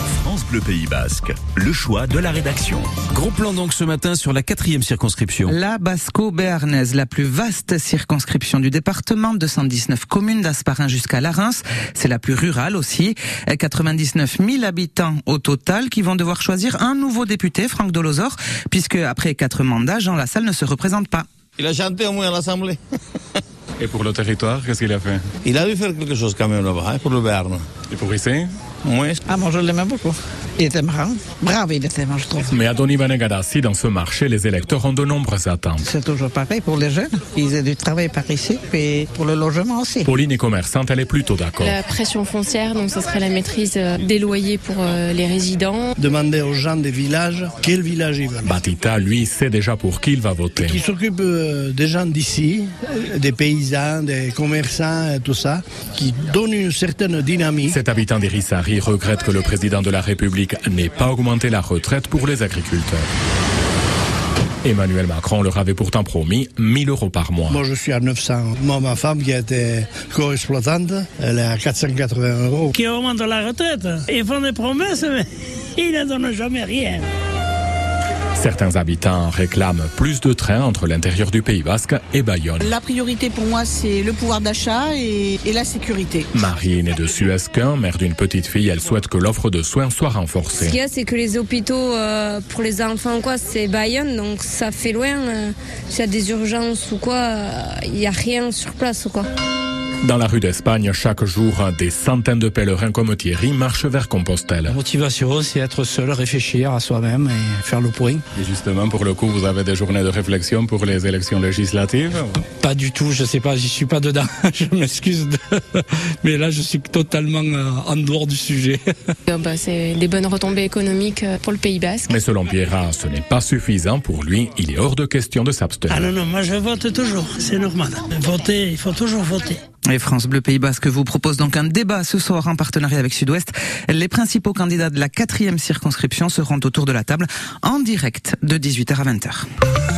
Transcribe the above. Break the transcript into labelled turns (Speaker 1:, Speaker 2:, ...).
Speaker 1: France Bleu Pays Basque, le choix de la rédaction.
Speaker 2: Gros plan donc ce matin sur la quatrième circonscription.
Speaker 3: La Basco-Béarnaise, la plus vaste circonscription du département, 219 communes d'Asparin jusqu'à la Reims. C'est la plus rurale aussi. 99 000 habitants au total qui vont devoir choisir un nouveau député, Franck Dolozor, puisque après quatre mandats, Jean Lassalle ne se représente pas.
Speaker 4: Il a chanté au moins à l'Assemblée.
Speaker 5: Et pour le territoire, qu'est-ce qu'il a fait
Speaker 4: Il a dû faire quelque chose quand même là-bas, hein, pour le Béarn.
Speaker 5: Et pour ici
Speaker 4: Oui.
Speaker 6: Ah, moi je l'aimais beaucoup. Il était marrant. Brave, il était, moi je trouve.
Speaker 5: Mais à Donivanagada-si, dans ce marché, les électeurs ont de nombreuses attentes.
Speaker 6: C'est toujours pareil pour les jeunes. Ils ont du travail par ici, puis pour le logement aussi.
Speaker 5: Pauline est commerçante, elle est plutôt d'accord.
Speaker 7: La pression foncière, donc ce serait la maîtrise euh, des loyers pour euh, les résidents.
Speaker 8: Demander aux gens des villages quel village ils veulent.
Speaker 5: Batita, lui, sait déjà pour qui il va voter.
Speaker 8: Qui s'occupe euh, des gens d'ici, euh, des paysans, des commerçants, et tout ça, qui donne une certaine dynamique.
Speaker 5: Cet habitant d'Irissari regrette que le président de la République n'ait pas augmenté la retraite pour les agriculteurs. Emmanuel Macron leur avait pourtant promis 1000 euros par mois.
Speaker 8: Moi, je suis à 900. Moi, ma femme qui était co-exploitante, elle est à 480 euros.
Speaker 9: qui augmente la retraite. Ils font des promesses, mais ils ne donnent jamais rien.
Speaker 5: Certains habitants réclament plus de trains entre l'intérieur du Pays Basque et Bayonne.
Speaker 10: La priorité pour moi, c'est le pouvoir d'achat et, et la sécurité.
Speaker 5: Marie est née de Suesquin, mère d'une petite fille, elle souhaite que l'offre de soins soit
Speaker 11: Ce qu'il y
Speaker 5: renforcée.
Speaker 11: a, c'est que les hôpitaux euh, pour les enfants, quoi, c'est Bayonne, donc ça fait loin. euh, S'il y a des urgences ou quoi, euh, il n'y a rien sur place ou quoi.
Speaker 5: Dans la rue d'Espagne, chaque jour, des centaines de pèlerins comme Thierry marchent vers Compostelle.
Speaker 12: La motivation, c'est être seul, réfléchir à soi-même et faire le point.
Speaker 5: Et justement, pour le coup, vous avez des journées de réflexion pour les élections législatives
Speaker 12: Pas du tout, je sais pas, j'y suis pas dedans. Je m'excuse, de- mais là, je suis totalement euh, en dehors du sujet.
Speaker 7: Euh, bah, c'est des bonnes retombées économiques euh, pour le Pays Basque.
Speaker 5: Mais selon Pierra, ce n'est pas suffisant pour lui. Il est hors de question de
Speaker 9: Ah
Speaker 5: s'abstenir.
Speaker 9: non, non, moi je vote toujours, c'est normal. Voter, il faut toujours voter.
Speaker 3: Et France Bleu Pays Basque vous propose donc un débat ce soir en partenariat avec Sud-Ouest. Les principaux candidats de la quatrième circonscription seront autour de la table en direct de 18h à 20h.